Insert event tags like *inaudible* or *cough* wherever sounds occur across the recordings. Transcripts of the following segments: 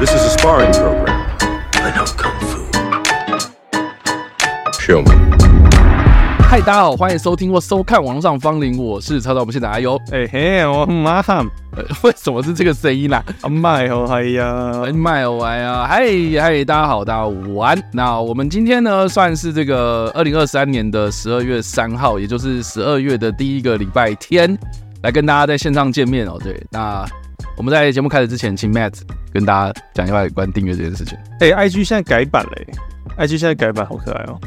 sparring program. I know kung fu. Show me. 嗨，大家好，欢迎收听或收看《网络上芳龄》，我是超超，我们现在阿优。诶嘿，我唔啱喊，呃 *laughs* 为什么是这个声音啦？唔係好係啊，麦歪啊！嗨嗨，大家好，大家午安。那我们今天呢，算是这个二零二三年的十二月三号，也就是十二月的第一个礼拜天，来跟大家在线上见面哦。对，那我们在节目开始之前，请 Matt 跟大家讲一下有关订阅这件事情。诶 i g 现在改版嘞、i g 现在改版好可爱哦、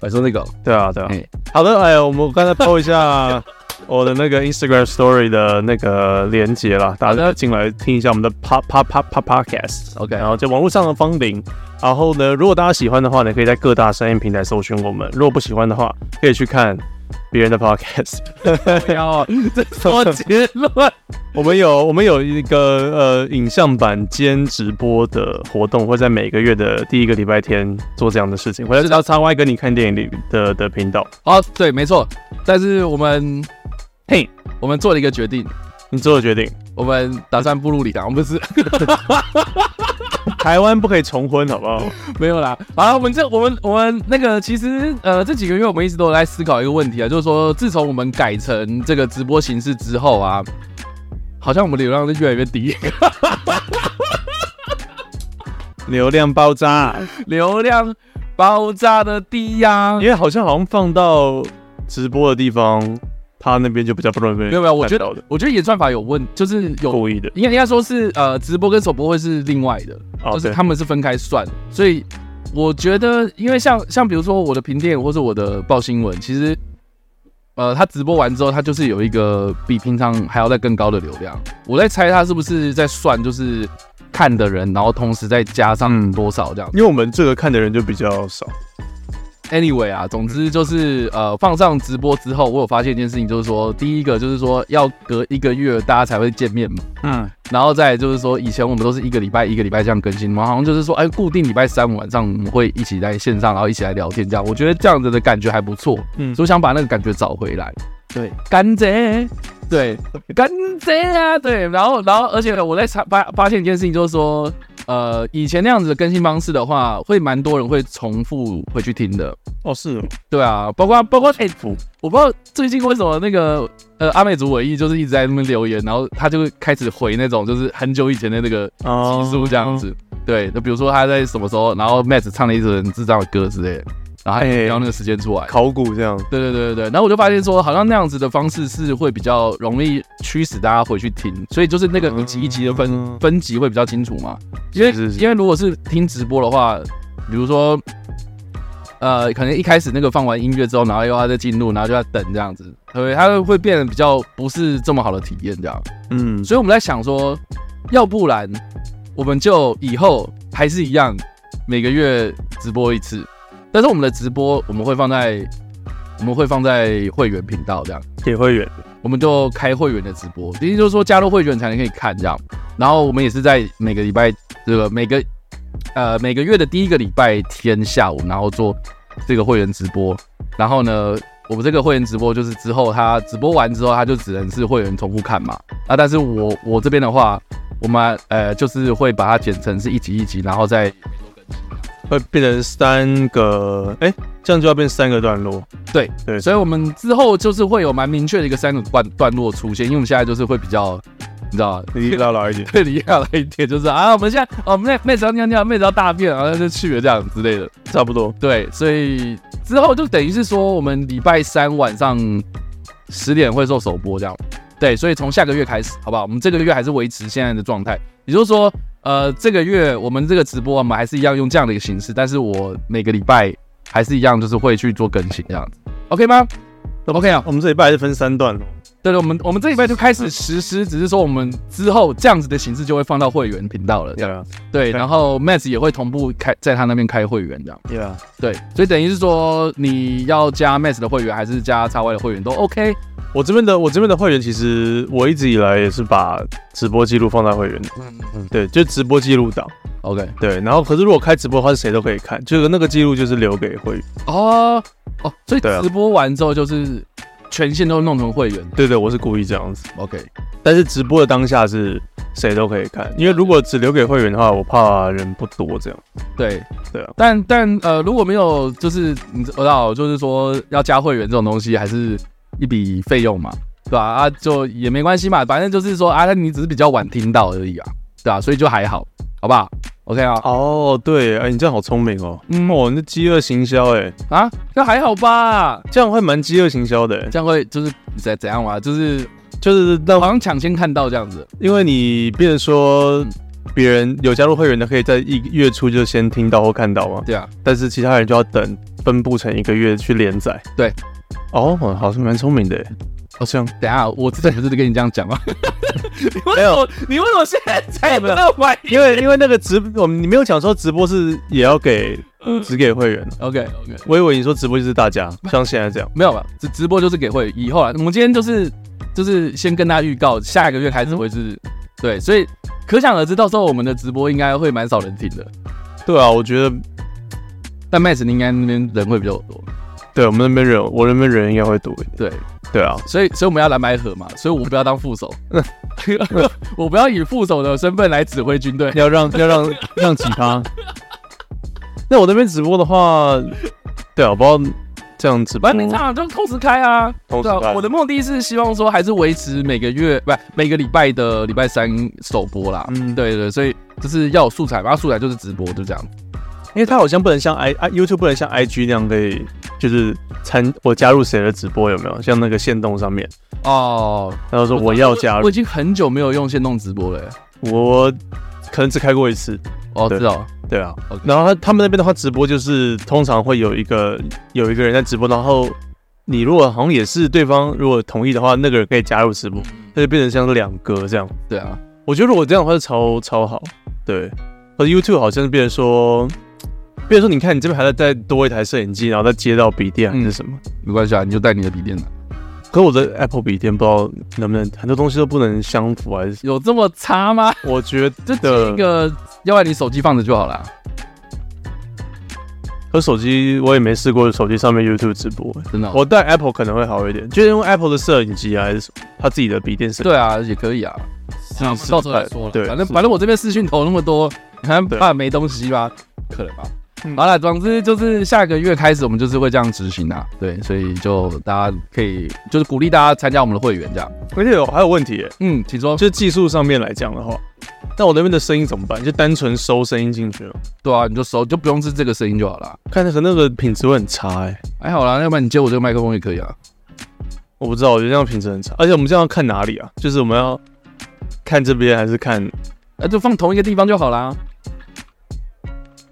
我说那个，对啊，对啊。 *laughs* 哎好的，哎、我们刚才 PO 一下 *laughs* 我的那个 Instagram Story 的那个连接啦，大好家的进来听一下我们的 Pop Pop Pop Pop Podcast。 OK 然后在网络上的芳龄。然后呢，如果大家喜欢的话呢，可以在各大商业平台搜寻我们；如果不喜欢的话，可以去看别人的 Podcast。不要，这什么结论？我们有我们有一个呃影像版兼直播的活动，会在每个月的第一个礼拜天做这样的事情，会是在的到叉 Y 跟你看电影里的的频道。哦，对，没错。但是我们，嘿，我们做了一个决定，你做了决定，我们打算步入礼堂，我们不是 *laughs* 台湾不可以重婚，好不好？没有啦。好了，我们这我们我们那个其实呃这几个月我们一直都有在思考一个问题啊，就是说自从我们改成这个直播形式之后啊，好像我们流量是越来越低， *laughs* 流量爆 *laughs* 炸，流量爆炸的低啊呀、因为好像好像放到直播的地方，他那边就比较不容易被没有没有，我觉看得到的哦我觉得演算法有问，就是有。故意的应该应该说是呃，直播跟首播会是另外的，哦，就是对，他们是分开算，所以我觉得，因为像像比如说我的评电或是我的报新闻，其实呃，他直播完之后，他就是有一个比平常还要再更高的流量。我在猜他是不是在算，就是看的人，然后同时再加上嗯多少这样。因为我们这个看的人就比较少， Anyway 啊，总之就是呃，放上直播之后，我有发现一件事情，就是说，第一个就是说要隔一个月大家才会见面嘛。嗯，然后再来就是说，以前我们都是一个礼拜一个礼拜这样更新，我们好像就是说，哎，固定礼拜三晚上我们会一起在线上，然后一起来聊天这样。我觉得这样子的感觉还不错，嗯所以我想把那个感觉找回来。对，甘蔗，啊对，甘蔗啊，对。然后，然后，而且我在查发发现一件事情，就是说，呃，以前那样子的更新方式的话，会蛮多人会重复回去听的。哦是哦，对啊，包括包括哎、服我不知道最近为什么那个呃阿美族尾翼就是一直在那边留言，然后他就会开始回那种就是很久以前的那个哦集数这样，子。对，就比如说他在什么时候，然后 Matt 唱了一首很智障的歌之类的，然后他哎挑那个时间出来。考古这样，对对对对对，然后我就发现说，好像那样子的方式是会比较容易驱使大家回去听，所以就是那个一集一集的分、嗯分级会比较清楚嘛。因为是是是因为如果是听直播的话，比如说，呃，可能一开始那个放完音乐之后，然后又要再进入，然后就要等这样子，对，它会变得比较不是这么好的体验这样。嗯，所以我们在想说，要不然我们就以后还是一样，每个月直播一次，但是我们的直播我们会放在我们会放在会员频道这样，铁会员。我们就开会员的直播，也就是说加入会员才能可以看这样。然后我们也是在每个礼拜这个每个呃每个月的第一个礼拜天下午，然后做这个会员直播。然后呢，我们这个会员直播就是之后他直播完之后，他就只能是会员重复看嘛。啊，但是我我这边的话，我们呃就是会把它剪成是一集一集，然后再会变成三个，哎、这样就要变三个段落。对对，所以我们之后就是会有蛮明确的一个三个段段落出现，因为我们现在就是会比较，你知道。 *laughs* 你唠老一点。对你要来一点，就是啊，我们现在哦，我们妹妹子要尿尿，妹子要大便，然后就去了这样之类的。差不多。对，所以之后就等于是说，我们礼拜三晚上十点会做首播这样。对，所以从下个月开始，好不好？我们这个月还是维持现在的状态，也就是说，呃，这个月我们这个直播，我们还是一样用这样的一个形式，但是我每个礼拜还是一样，就是会去做更新这样子，OK 吗？OK 啊，我们这礼拜还是分三段哦。对对，我们我们这礼拜就开始实施，只是说我们之后这样子的形式就会放到会员频道了，这样啊，对，然后 Max 也会同步开在他那边开会员这样。对啊。对，所以等于是说你要加 Max 的会员还是加 x Y 的会员都 OK。我这边的我这边的会员，其实我一直以来也是把直播记录放在会员的，嗯嗯对，就直播记录档， ，OK。对。然后可是如果开直播的话，是谁都可以看，就是那个记录就是留给会员。哦哦，所以对啊直播完之后就是全线都弄成会员对对，我是故意这样子。 ，OK。但是直播的当下是谁都可以看，因为如果只留给会员的话，我怕人不多这样。对对啊，但但呃，如果没有就是你知道，就是说要加会员这种东西，还是一笔费用嘛，对吧、啊？啊，就也没关系嘛，反正就是说啊，那你只是比较晚听到而已啊，对啊，所以就还好，好不好？OK 啊， *laughs* 哦，对，哎、你这样好聪明哦。嗯哦，那饥饿行销，哎，啊，这还好吧？这样会蛮饥饿行销的、哎这样会就是怎怎样嘛？就是就是让好像抢先看到这样子，因为你变成说别人有加入会员的，可以在一月初就先听到或看到嘛，对啊，但是其他人就要等分布成一个月去连载。对，哦，好像蛮聪明的欸耶。好像等一下我之前不是跟你这样讲吗？你为 *laughs* 没什有么你为什么现在才 *laughs* 没有在怀疑因为因为那个直我们你没有讲说直播是也要给只给会员， ？OK OK，我以为你说直播就是大家，像现在这样。没有吧？直直播就是给会以后啊，我们今天就是就是先跟大家预告，下一个月开始会是，对，所以可想而知，到时候我们的直播应该会蛮少人听的，对啊，我觉得但 Max 你应该那边人会比较多，对我们那边人，我那边人应该会多一点。对，对啊，所以所以我们要蓝白河嘛，所以我不要当副手， *laughs* 我不要以副手的身份来指挥军队， *laughs* 要让要让让几趴。那我那边直播的话，对啊，我不知道这样直播反正没差啊，就同时开啊。同时对开啊，我的目的是希望说还是维持每个月不每个礼拜的礼拜三首播啦。嗯，嗯对对，所以就是要有素材嘛，素材就是直播，就这样。因为它好像不能像 i i YouTube 不能像 IG 那样可以，就是参我加入谁的直播有没有？像那个线动上面，哦，然后说我要加我入已，经很久没有用线动直播了耶。我可能只开过一次，哦，对知道。对啊 OK。然后他他们那边的话，直播就是通常会有一个有一个人在直播，然后你如果好像也是对方如果同意的话，那个人可以加入直播，那就变成像两格这样。对啊，我觉得如果这样的话是超超好，对。或者 YouTube 好像是变成说，变成说你看你这边还在再多一台摄影机，然后再接到笔电还是什么？没关系啊，你就带你的笔电来。可我的 Apple 笔电不知道能不能很多东西都不能相符，啊还是有这么差吗？我觉就接得一个，要不然你手机放着就好了，可手机我也没试过，手机上面 YouTube 直播、真的哦。我带 Apple 可能会好一点，就是用 Apple 的摄影机啊，还是什么他自己的笔电摄影对啊，也可以啊。那我们到时候再说了。对反正是反正我这边私讯投那么多，你还对怕没东西吧？不可能吧？嗯好了，总之就是下个月开始，我们就是会这样执行啊。对，所以就大家可以就是鼓励大家参加我们的会员这样。而且有还有问题耶、嗯，请说。就是技术上面来讲的话，那我那边的声音怎么办？就单纯收声音进去了，对啊，你就收，就不用是这个声音就好了。看那个那个品质会很差哎、还好啦，要不然你接我这个麦克风也可以啊。我不知道，我觉得这样品质很差。而且我们这样要看哪里啊？就是我们要看这边还 *laughs* 是看那哎就放同一个地方就好啦。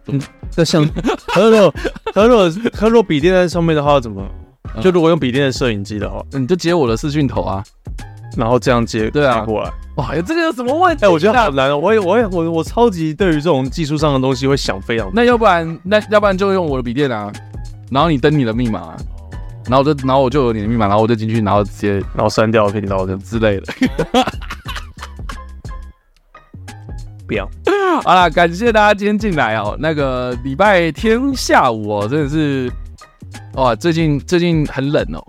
嗯那像可是如果可是如果可是如果笔电在上面的话怎么？嗯就如果用笔电的摄影机的话，那 *laughs* 你就接我的视讯头啊。然后这样接对啊接过来，哇，这个有什么问题？哎、我觉得好难哦、我也我也我我超级对于这种技术上的东西会想非常那要不然，那要不然就用我的笔电啊，然后你登你的密码啊、然后我就，然后我就有你的密码，然后我就进去，然后直接然后删掉，可以听到这样之类 *laughs* 的。不要。好啦，感谢大家今天进来哦。那个礼拜天下午哦，真的是，哇，最近最近很冷哦，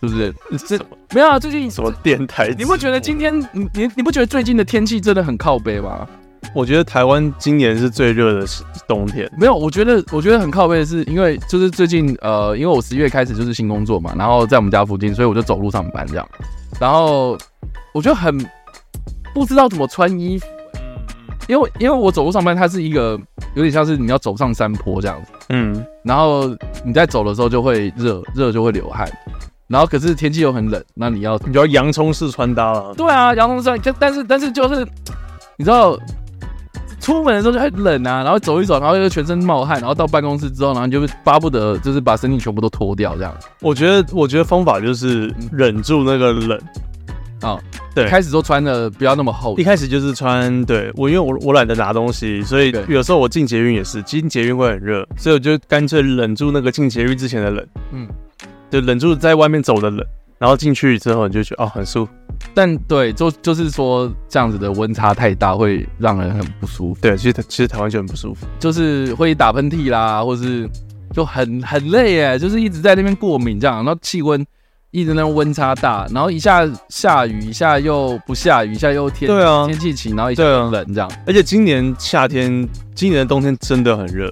是不是？这没有啊，最近什么电台？你不觉得今天你你你不觉得最近的天气真的很靠背吗？我觉得台湾今年是最热的时冬天。没有，我觉得我觉得很靠背的是，因为就是最近呃，因为我十一月开始就是新工作嘛，然后在我们家附近，所以我就走路上班这样。然后我就很不知道怎么穿衣服，因为因为我走路上班，它是一个有点像是你要走上山坡这样子，嗯，然后你在走的时候就会热，热就会流汗，然后可是天气又很冷，那你要你就要洋葱式穿搭了。对啊，洋葱酸，就但是但是就是，你知道，出门的时候就很冷啊，然后走一走，然后就全身冒汗，然后到办公室之后，然后你就巴不得就是把身体全部都脱掉这样。我觉得，我觉得方法就是忍住那个冷。哦，对开始都穿的不要那么厚一，开始就是穿，对我因为我我懒得拿东西，所以对有时候我进捷运也是，进捷运会很热，所以我就干脆忍住那个进捷运之前的冷。嗯嗯，就忍住在外面走的冷，然后进去之后你就觉得哦很舒服。但对，就就是说这样子的温差太大会让人很不舒服，对，其实其实台湾就很不舒服。就是会打喷嚏啦，或是就很很累耶，就是一直在那边过敏这样，然后气温一直那温差大，然后一下下雨，一下又不下雨，一下又天对啊天气晴，然后一下对啊又冷这样。而且今年夏天，今年的冬天真的很热，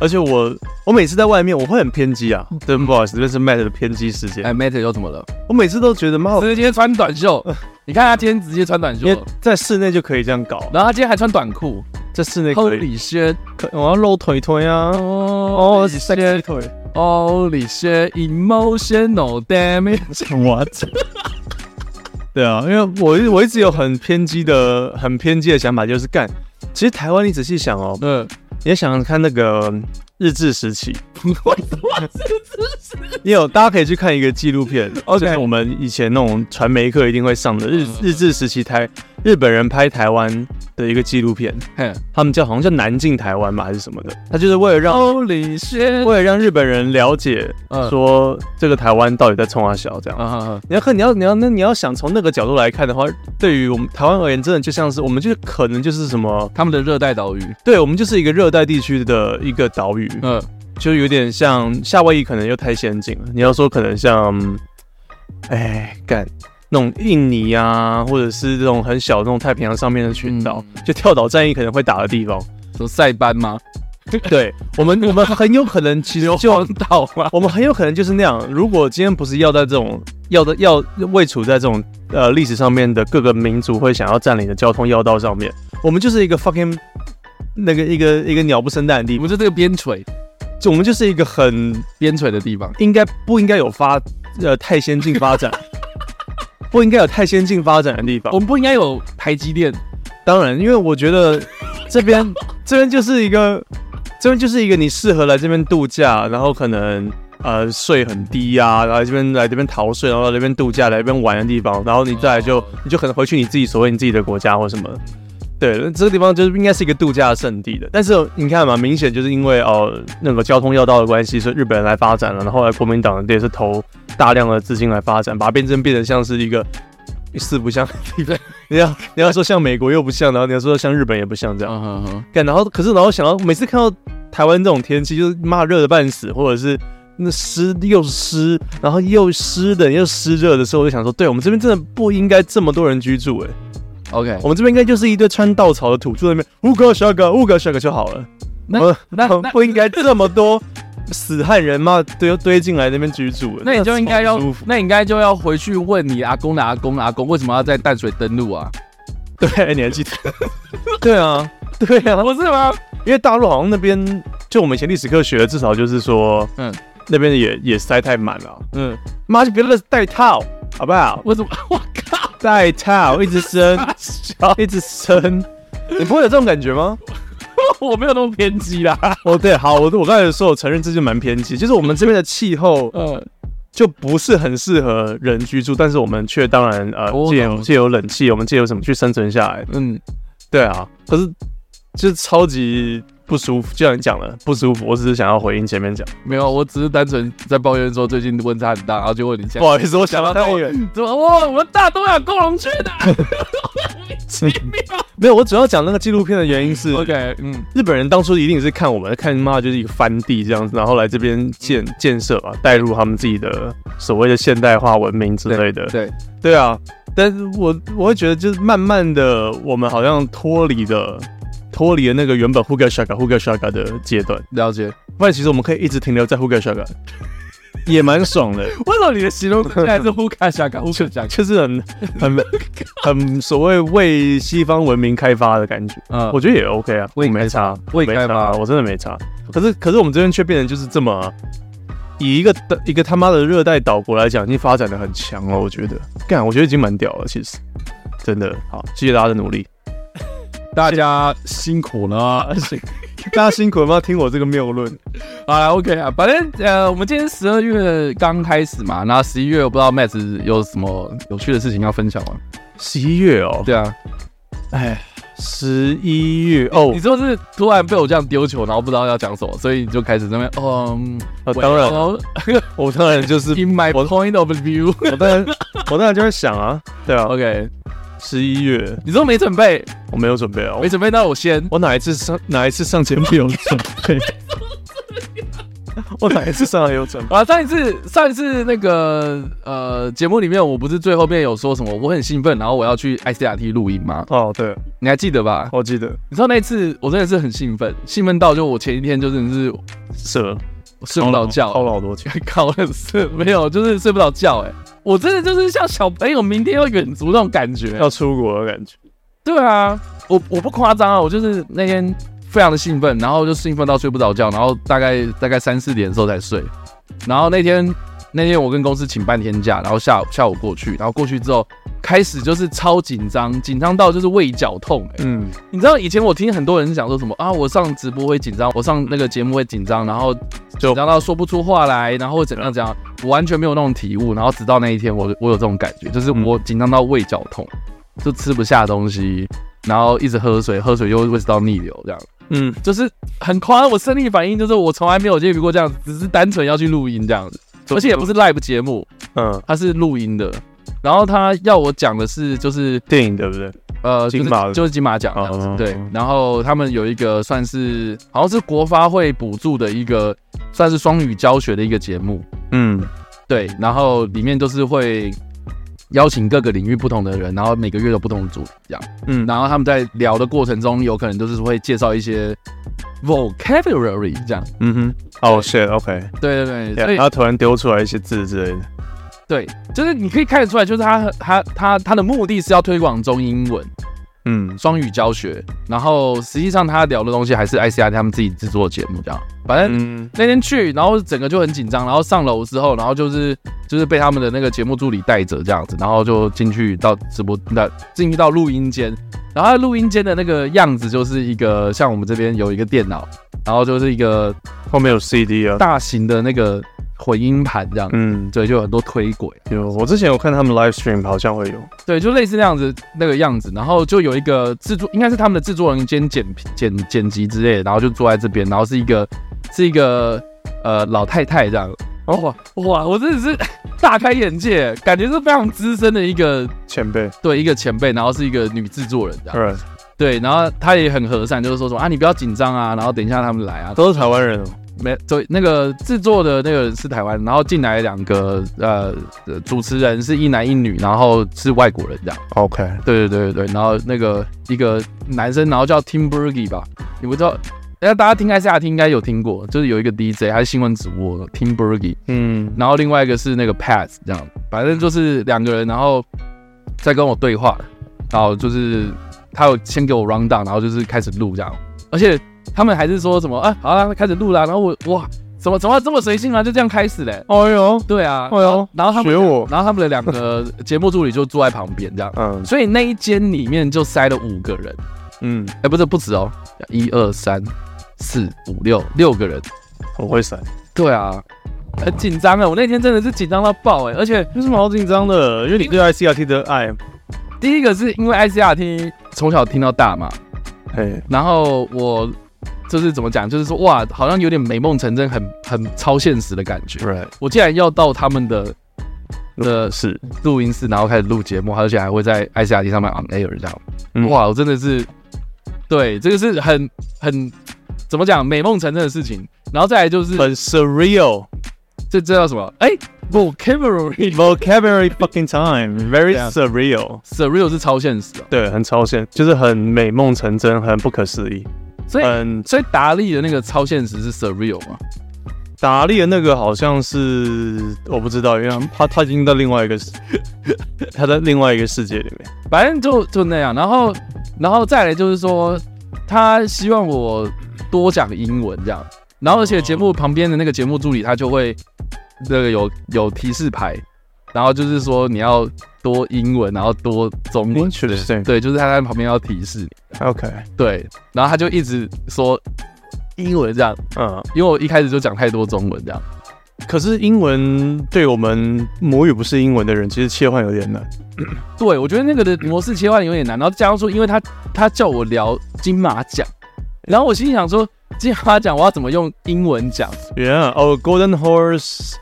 而且我我每次在外面我会很偏激啊，对，不好意思，这是 Matt 的偏激时间哎。Matt 又怎么了？我每次都觉得妈，我直接穿短 *laughs* 袖，你看他今天直接穿短袖因为，在室内就可以这样搞，啊然后他今天还穿短裤，在室内可欧以，李轩，可我要露腿腿啊，哦 *laughs* 哦，现腿欧李轩，emotional damage， *laughs* ，what？对啊，因为我一我一直有很偏激的、很偏激的想法，就是干。其实台湾，你仔细想哦，嗯，你也想想看那个日治 *laughs* 时期，你有大家可以去看一个纪录片 *laughs* OK 就是我们以前那种传媒课一定会上的日嗯日治时期台日本人拍台湾的一个纪录片，嘿，他们叫好像叫南进台湾吧还是什么的，他就是为了让、欧李轩，为了让日本人了解哦嗯说这个台湾到底在冲啊小这样。啊哈哈，你要看，你要你要那你要想从那个角度来看的话，对于我们台湾而言，真的就像是我们就是可能就是什么，他们的热带岛屿，对我们就是一个热带地区的一个岛屿，嗯，就有点像夏威夷，可能又太先进了。你要说可能像，哎，干那种印尼啊，或者是这种很小的那种太平洋上面的群岛，就跳岛战役可能会打的地方。什么塞班吗？对我们，我们很有可能其实就荒岛吗？ *laughs* 我们很有可能就是那样。如果今天不是要在这种要的要位处在这种呃历史上面的各个民族会想要占领的交通要道上面，我们就是一个 fucking 那个一个一个鸟不生蛋的地你方，们就这个边陲就我们就是一个很边陲的地方，应该不应该有发呃太先进发展， *laughs* 不应该有太先进发展的地方我。们不应该有台积电，当然，因为我觉得这边这边就是一个这边就是一个你适合来这边度假，然后可能呃税很低啊，然后来这边来这边逃税，然后来这边度假，来这边玩的地方，然后你再来就你就可能回去你自己所谓你自己的国家或什么。对，这个地方就是应该是一个度假胜地的，但是你看嘛，明显就是因为哦、那个交通要道的关系，所以日本人来发展了，然后后来国民党也是投大量的资金来发展，把它变成变成像是一个四不像的地方。 *laughs* 你要你要说像美国又不像，然后你要说像日本也不像这样。嗯哼哼，干，然后可是然后想到每次看到台湾这种天气，就是妈热的半死，或者是那湿又湿，然后又湿冷又湿热的时候，我就想说，对我们这边真的不应该这么多人居住、欸， ，OK，我们这边应该就是一堆穿稻草的土著在那边乌嘎沙嘎乌嘎沙嘎就好了，那我那我们那不应该这么多死汉人嘛堆堆进来那边居住、欸那你就应该要超不舒服，那你应该就要回去问你阿公的阿公的阿公为什么要在淡水登陆啊？对，你 *laughs* 还记得？对啊，对啊，不是吗？因为大陆好像那边，就我们以前历史课学的，至少就是说，嗯嗯，那边也也塞太满了。嗯，妈就别乱带套，好不好？为什么？ *laughs* 我靠！带套一直 *laughs* 生，一直生，你不会有这种感觉吗？我没有那么偏激 *laughs* 啦。哦，对，好，我我刚才有说，我承认这就蛮偏激，就是我们这边的气候嗯，就不是很适合人居住，但是我们却当然呃我懂借由借由冷气，我们借由什么去生存下来？嗯，对啊，可是就是超级不舒服，就像你讲了不舒服，我只是想要回应前面讲。没有，啊我只是单纯在抱怨说最近温差很大，然后就问你现不在好意思，我想到太远。 *laughs* 怎么哇，我们大东亚共荣区啊的 *laughs* 没有，我主要讲那个纪录片的原因是，OK，嗯，日本人当初一定也是看我们看妈就是一个翻地这样子，然后来这边建建设啊，带入他们自己的所谓的现代化文明之类的。对，对啊，但是我我会觉得就是慢慢的，我们好像脱离了脱离了那个原本 Huga Shaka Huga Shaka 的阶段，了解。不然其实我们可以一直停留在 Huga Shaka，也蛮爽 *laughs* 的。为什么你的形容词现在是呼卡下卡呼卡 *laughs* 下卡？就是很很很所谓为西方文明开发的感觉，嗯我觉得也 OK 啊，为我没差，为没开发差，我真的没差。可是可是我们这边却变成就是这么，以一个一个他妈的热带岛国来讲，已经发展的很强了，我觉得，干，我觉得已经蛮屌了，其实，真的好，谢谢大家的努力，大家辛苦了，辛大家辛苦了吗？听我这个谬论， *laughs* 好啦 o k 啊，反正呃，我们今天十二月刚开始嘛，然后十一月我不知道 Matt 有什么有趣的事情要分享吗？十一月哦，对啊，哎，十一月哦 *laughs* 你，是不是突然被我这样丢球，然后不知道要讲什么，所以你就开始在那边哦，嗯呃当然， well, 我当然就是， ，in my 我 point of *laughs* 我当然，我当然就会想啊，对啊， view，OK，、十一月你说没准备，我没有准备啊，我没准备，那我先，我哪一次上哪一次上节目有准备？我哪一次上海有转？啊，上一次上一次那个呃节目里面，我不是最后面有说什么，我很兴奋，然后我要去 ICRT 录音吗？ *laughs* 哦，对，你还记得吧？我记得你知道那一次我真的是很兴奋，兴奋到就我前一天就真的是蛇睡不着觉，掏了好 *laughs* 多钱。搞了是没有，就是睡不着觉、欸，哎，我真的就是像小朋友明天要远足那种感觉。 *laughs* 要出国的感觉。对啊，我我不夸张啊，我就是那天非常的兴奋，然后就兴奋到睡不着觉，然后大概大概三四点的时候才睡。然后那天那天我跟公司请半天假，然后下午下午过去，然后过去之后开始就是超紧张，紧张到就是胃绞痛、欸。嗯，你知道以前我听很多人讲说什么啊，我上直播会紧张，我上那个节目会紧张，然后紧张到说不出话来，然后怎样怎样，我完全没有那种体悟。然后直到那一天我，我我有这种感觉，就是我紧张到胃绞痛。就吃不下东西，然后一直喝水，喝水又胃食道逆流，这样嗯，就是很夸张。我生理反应就是我从来没有经历过这样，只是单纯要去录音这样子，而且也不是 live 节目，嗯，它是录音的。然后他要我讲的是，就是电影对不对？呃，就是金马的就是金马奖这样子哦，对。然后他们有一个算是好像是国发会补助的一个，算是双语教学的一个节目，嗯，对。然后里面就是会邀请各个领域不同的人，然后每个月有不同的主题这样。嗯，然后他们在聊的过程中，有可能就是会介绍一些 vocabulary 这样。嗯哼，哦、shit，OK，、对对对，所 yeah, 以他突然丢出来一些字之类的，对，就是你可以看得出来，就是他他他他的目的是要推广中英文嗯双语教学，然后实际上他聊的东西还是 ICR 他们自己制作的节目这样。反正嗯，那天去，然后整个就很紧张，然后上楼之后，然后就是就是被他们的那个节目助理带着这样子，然后就进去到直播那进去到录音间，然后他录音间的那个样子就是一个像我们这边有一个电脑，然后就是一个后面有 CD 啊，大型的那个混音盘这样子，嗯，对，就有很多推轨，有，我之前有看他们 live stream，好像会有，对，就类似那样子那个样子，然后就有一个制作，应该是他们的制作人兼剪剪剪辑之类的，然后就坐在这边，然后是一个是一个呃老太太这样，哦哇哇，我真的是 *laughs* 大开眼界，感觉是非常资深的一个前辈对一个前辈，然后是一个女制作人这样， ，right，对，然后她也很和善，就是说什么啊你不要紧张啊，然后等一下他们来啊，都是台湾人哦，没，对，那个制作的那个人是台湾，然后进来两个呃呃主持人是一男一女，然后是外国人这样。 OK，对对对对对，然后那个一个男生，然后叫 Tim Bergy 吧，你不知道？那大家听 S R T 应该有听过，就是有一个 DJ，他是新闻主播 Tim Bergy，嗯，然后另外一个是那个 Pat 这样，反正就是两个人，然后在跟我对话，然后就是他有先给我 round down，然后就是开始录这样，而且他们还是说什么啊，好啦，开始录啦，然后我哇，怎么怎么这么随性啊，就这样开始嘞、哎呦，对啊，哎呦然后他们学我然后他们的两个节目助理就坐在旁边这样，嗯所以那一间里面就塞了五个人，嗯，哎、不是不止哦，一二三四五六六个人。很会闪，对啊，很紧张啊！我那天真的是紧张到爆哎、而且有什么好紧张的？因为你对 ICRT 的爱，第一个是因为 ICRT 从小听到大嘛，嘿，然后我就是怎么讲，就是说哇，好像有点美梦成真，很很超现实的感觉。 right，我竟然要到他们的的是，录音室，然后开始录节目，而且还会在 ICRT 上面啊 on air 这样。嗯哇，我真的是，对，这个是很很怎么讲，美梦成真的事情。然后再来就是很 surreal。这这叫什么？哎、v o c a b u l a r y Vocabulary fucking time, very Yeah. surreal。 *laughs* surreal 是超现实的，哦对，很超现，就是很美梦成真，很不可思议。所以、嗯，所以达利的那个超现实是 surreal 嘛？达利的那个好像是我不知道，因为他他已经到另外一个世， *laughs* 他在另外一个世界里面。反正就就那样，然后然后再来就是说，他希望我多讲英文这样，然后而且节目旁边的那个节目助理他就会那个有有提示牌，然后就是说你要多英文，然后多中文， Interesting. 对，就是他在旁边要提示你， OK，对，然后他就一直说英文这样，嗯，因为我一开始就讲太多中文这样。可是英文对我们母语不是英文的人，其实切换有点难。对，我觉得那个的模式切换有点难。然后加上说，因为他他叫我聊金马奖，然后我心里想说，金马奖我要怎么用英文讲？ Yeah, oh, golden horse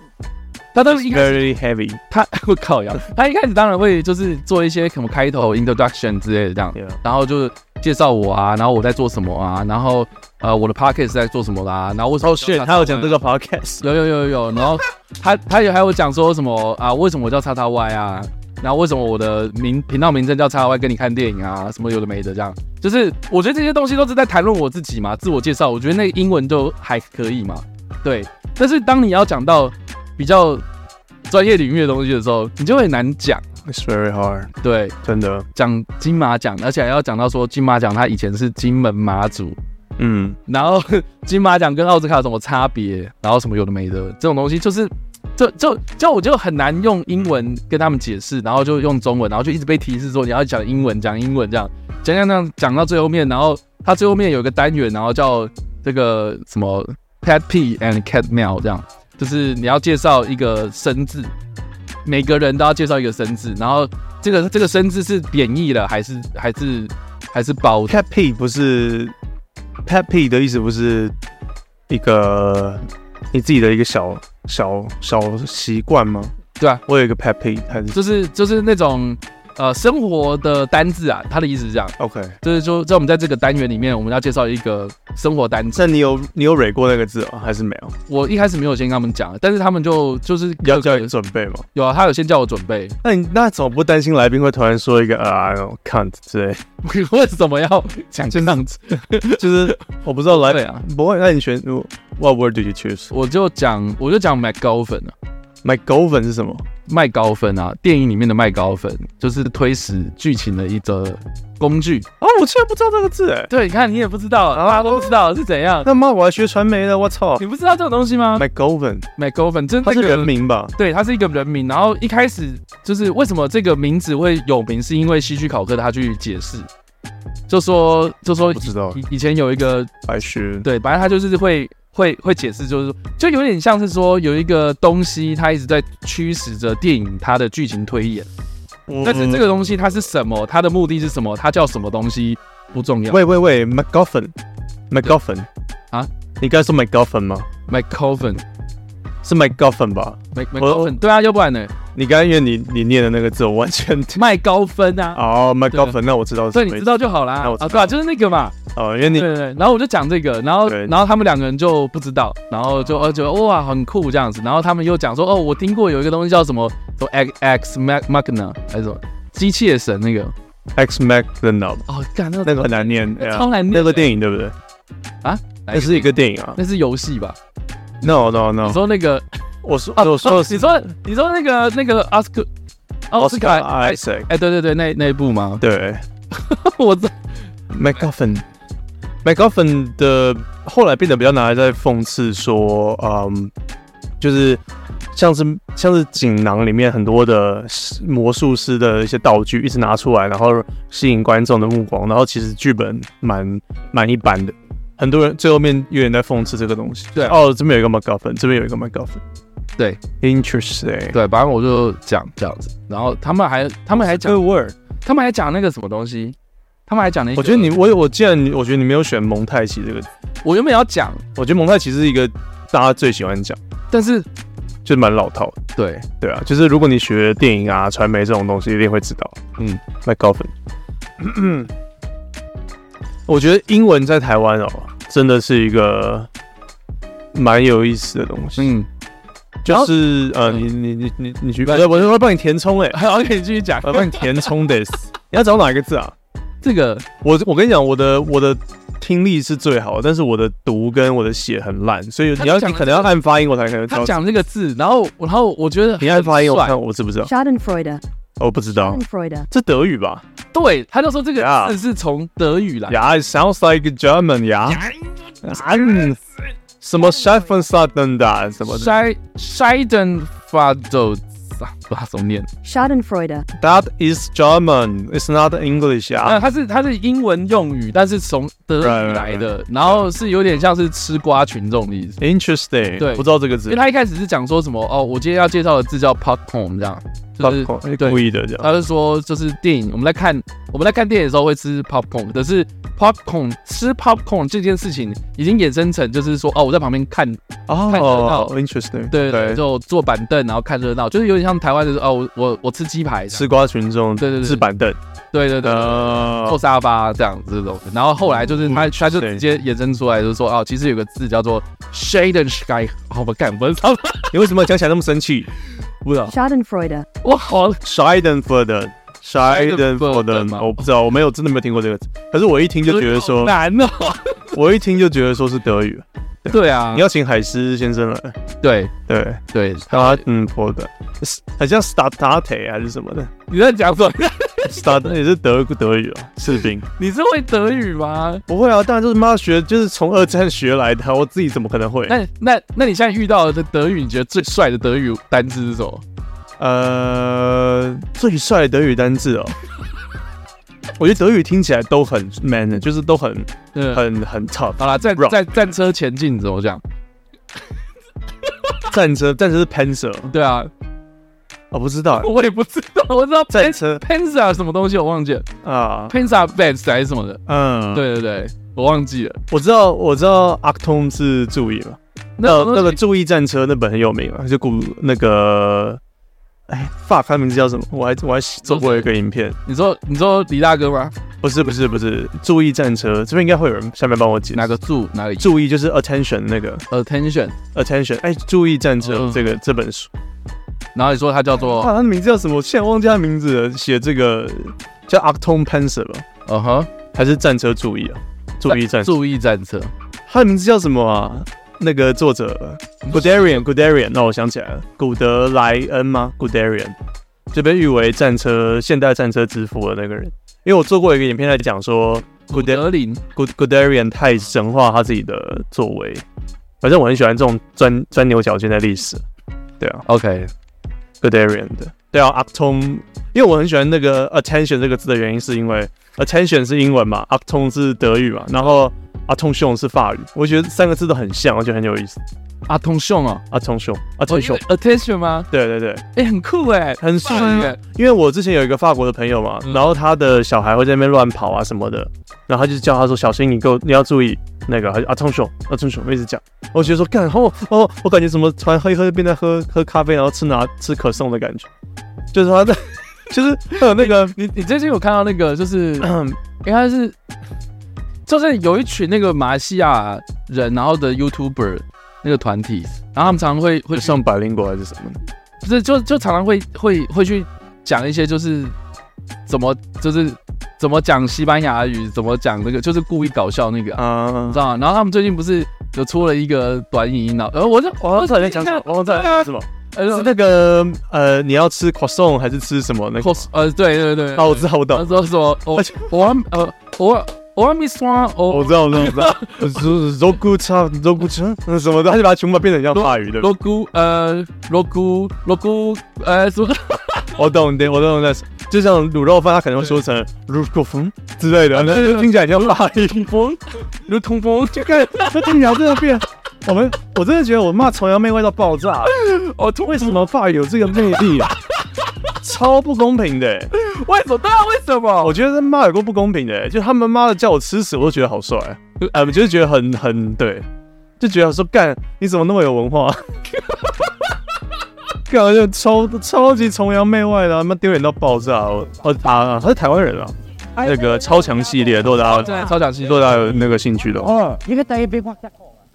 他当时一开 very heavy. 他 *laughs* 我靠呀，他一开始当然会就是做一些什么开头 introduction 之类的这样， Yeah，然后就是介绍我啊，然后我在做什么啊，然后呃我的 podcast 在做什么啦，然后为什么哦，shit，他有讲这个 podcast，有有有有有，然后他他也还有讲说什么啊，为什么我叫叉叉 Y 啊，然后为什么我的名频道名称叫叉叉 Y，跟你看电影啊，什么有的没的这样，就是我觉得这些东西都是在谈论我自己嘛，自我介绍，我觉得那个英文就还可以嘛，对，但是当你要讲到比较专业领域的东西的时候，你就会很难讲， ，It's very hard，对，真的，讲金马奖，而且还要讲到说金马奖它以前是金门马祖，嗯，然后 *laughs* 金马奖跟奥斯卡有什么差别，然后什么有的没的这种东西，就是就就就我就很难用英文跟他们解释，然后就用中文，然后就一直被提示说你要讲英文，讲英文这样讲讲讲讲到最后面，然后它最后面有一个单元，然后叫这个什么 pet p e and cat meow 这样，就是你要介绍一个生字，每个人都要介绍一个生字，然后这个这个生字是贬义的还是还是还是褒 pet p 不是 pet p 的意思，不是一个你自己的一个小小小习惯吗？对啊？我有一个 pet p 还是就是就是那种呃生活的单字啊，它的意思是这样， OK？就是说在我们在这个单元里面，我们要介绍一个生活单字。那你有你有蕊过那个字吗？还是没有？我一开始没有先跟他们讲，但是他们就就是要叫你准备吗？有啊，他有先叫我准备， *laughs* 那你那怎么不担心来宾会突然说一个啊 can't 之 *laughs* 类？为什么要讲这样子？就是我不知道来对啊，不会，那你选 what word do you choose？我就讲我就讲麦高粉啊， m y g o v e n 是什么？麦高粉啊，电影里面的麦高粉就是推使剧情的一则工具。哦，我居然不知道这个字哎！对，你看你也不知道，大家都知道是怎 *laughs* 样。那妈，我还学传媒的，我操你不知道这种东西吗 m y g o v e n 麦高粉真它的是人名吧？对，他是一个人名。然后一开始就是为什么这个名字会有名，是因为希区考克他去解释，就说就说不知道以以前有一个还是对，反正他就是会会会解释，就是说就有点像是说有一个东西，它一直在驱使着电影它的剧情推演。嗯但是这个东西它是什么，它的目的是什么，它叫什么东西不重要。喂喂喂 m c g u f f i n m c g u f f i n 啊？你刚才说 m c g u f f i n 吗？ McCoven，Mc 是 m c g u f f i n 吧？ McCoven，对啊，要不然呢？你刚才因为你你念的那个字，我完全 *laughs* 麦高芬啊，哦 m c g u f f i n 那我知道是所什以么你意知思。道就好啦那我。知啊，对啊，就是那个嘛。哦，因为你对对对，然后我就讲这个，然后对啊然后他们两个人就不知道，然后就呃觉得哇很酷这样子，然后他们又讲说哦，我听过有一个东西叫什么什么 X X Magna 还是什么机械神那个 X m a c d o n a 哦，干那那个很难念，哎呀超难念那个电影对不对？啊哪那是一个电影啊。那是游戏吧？ No no 你 no，说那个我说啊我说的你是说你说那个那个奥斯卡奥斯卡 Oscar 哎 Isaac，哎对对对那那一部吗？ *laughs* 对我知 m c g u f f i n m c g u f f i n 的后来变得比较拿来在讽刺说，嗯，就是像是像是锦囊里面很多的魔术师的一些道具一直拿出来，然后吸引观众的目光，然后其实剧本蛮蛮一般的。很多人最后面有点在讽刺这个东西，对啊哦，这边有一个 m c g u f f i n 这边有一个 m c g u f f i 对 n interesting，对，反正我就讲这样子，然后他们还他们还讲 good word。他们还讲那个什么东西，他们还讲了一个我觉得你我我既然你我觉得你没有选蒙太奇这个字，我原本要讲，我觉得蒙太奇是一个大家最喜欢讲，但是就是蛮老套的。对。对啊，就是如果你学电影啊、传媒这种东西，一定会知道。嗯，麦高芬。我觉得英文在台湾哦，真的是一个蛮有意思的东西。嗯，就是呃，嗯你你你你你去，不我是我我要帮你填充哎、还好可以继续讲我要帮你填 *laughs* 充 this。你要找哪一个字啊？这个我我跟你讲，我的我的听力是最好的，但是我的读跟我的写很烂，所以他你要讲你的可能要这个按发音，我才可能他知道。讲这个字，然后然后我觉得你按发音，我帅看我知不知道？哦 Schadenfreude, 我不知道， Schadenfreude, 这德语吧？对，他就说这个 Yeah 字是从德语来。 Yeah, it sounds like German. Yeah. 嗯，什么 s h e f e n s a d e n 的什么的 Shy Shyden Fado，啊不知道他怎么念。 Schadenfreude, That is German. It's not English 啊，啊。它是它是英文用语，但是从德语 Right，right，来的，然后是有点像是吃瓜群众的意思。 Interesting，对不知道这个因字为。他一开始是讲说什么哦，我今天要介绍的字叫 popcorn，这样就是，popcorn，嗯对故意的这样。他就说，就是电影我们在看我们在看电影的时候会吃 popcorn，可是 popcorn 吃 popcorn 这件事情已经衍生成就是说，哦，我在旁边看，呃看热闹哦，interesting，对对，就坐板凳然后看热闹，就是有点像台湾就是哦，我我我吃鸡排这样，吃瓜群众，对对对置板凳，对对对，呃嗯坐，沙发这样子这种的。然后后来就是他他就直接衍生出来，就是说哦，其实有个字叫做 shade and sky，好 *laughs* 吧，干不知道，你为什么讲起来那么生气？不知道 Schadenfreude. 我好 Schadenfreude，Schadenfreude。吗 Schadenfreude，我不哦知道，我没有真的没有听过这个词，可是我一听就觉得好说，难 *laughs* 哦，我一听就觉得说是德语，对啊，你要请海狮先生来，对对，对，然后他嗯，破的，很像 Statate 还是什么的你在讲什么？ ，Stat 也是德德语啊，士兵。 *laughs* 你是会德语吗？不会啊，当然就是妈学，就是从二战学来的啊，我自己怎么可能会？那那那你现在遇到的德语，你觉得最帅的德语单字是什么？呃，最帅的德语单字哦， *laughs* 我觉得德语听起来都很 man，的就是都很嗯，很很 tough。好啦，战 Rock 战战车前进怎么讲？战车，战车是 panzer，对啊，我、不知道欸、 *laughs* 我也不知道，我知道战车 Pensa 什么东西我忘记了啊， ，Pensa Vans 还是什么的，嗯，，对对对，我忘记了。我知道，我知道 Acton 是注意嘛，那呃那个东西注意战车那本很有名啊嘛，就古那个，哎，fuck，他名字叫什么？我还我还做过一个影片，你说你说李大哥吗？不是不是不是，注意战车这边应该会有人下面帮我解释哪个注哪呃个注意就是 attention 那个 attention？ attention，哎，注意嗯战哦车这个这本书，然后你说他叫做哇，他的名字叫什么？我现在忘记他名字了，写这个叫 Acton Panzer 吧，嗯哼，还是战车注意啊？注意战车，注意战车，他的名字叫什么啊？那个作者 Guderian，Guderian，那我想起来了，古德莱恩吗？Guderian 就被誉为战车现代战车之父的那个人，因为我做过一个影片在讲说古 Guder 德林 Good Guderian 太神话他自己的作为，反正我很喜欢这种钻钻牛角尖的历史。对啊，OK， ，Guderian 的，对啊，Acton，因为我很喜欢那个 attention 这个字的原因，是因为 attention 是英文嘛，Acton 是德语嘛，然后 Attention 是法语，我觉得三个字都很像，我觉得很有意思。阿通兄哦， Attention 哦因为 Attention， attention 吗？对对对，哎，很酷哎，很啊法语帅。因为我之前有一个法国的朋友嘛，嗯然后他的小孩会在那边乱跑啊什么的，然后他就叫他说小心你给我你要注意那个，他就啊冲手啊冲手，我一直讲，我觉得说干哦哦，我感觉怎么突然喝一喝就变得喝喝咖啡，然后吃拿吃可颂的感觉，就是他 *laughs* 在就是会有那个 *laughs* 你你最近有看到那个就是嗯应该是，就是有一群那个马来西亚人，然后的 YouTuber 那个团体，然后他们常常会会上，上百灵果还是什么的，不是就就常常会会会去讲一些就是怎么就是怎么讲西班牙语，怎么讲那个就是故意搞笑那个、啊，啊你知，道吗？然后他们最近不是有出了一个短影音呢，然后我就我我在讲什么？我在对啊什么？呃是那个呃，你要吃可颂还是吃什么那个？ cos 呃对对对，啊，我知道，我懂哦他，说什么我而且我要呃我我要 miss 哦 one 我我知道，我知道，我知道，肉骨茶、肉骨茶嗯什么的，他就把它全部变成像法语的。罗姑呃罗姑罗姑呃什么。我懂的，我懂的，就像卤肉饭，他可能会说成卤肉风之类的，那对对听起来像法语。风，如通风，这个这听起来真的变，我们我真的觉得我骂崇洋媚外到爆炸。哦，通为什么法语有这个魅力啊？超不公平的、为什么？对啊，为什么？我觉得他妈有够不公平的、欸就他们妈的叫我吃屎，我都觉得好帅、呃，就是觉得很很对，就觉得说干你怎么那么有文化、 *laughs* 干我就超超级崇洋媚外的、啊他妈丢脸到爆炸！我我啊，他是台湾人啊，那个超强系列，如果大哎对，家超讲戏如，果大家有那个兴趣的话， You get the big one.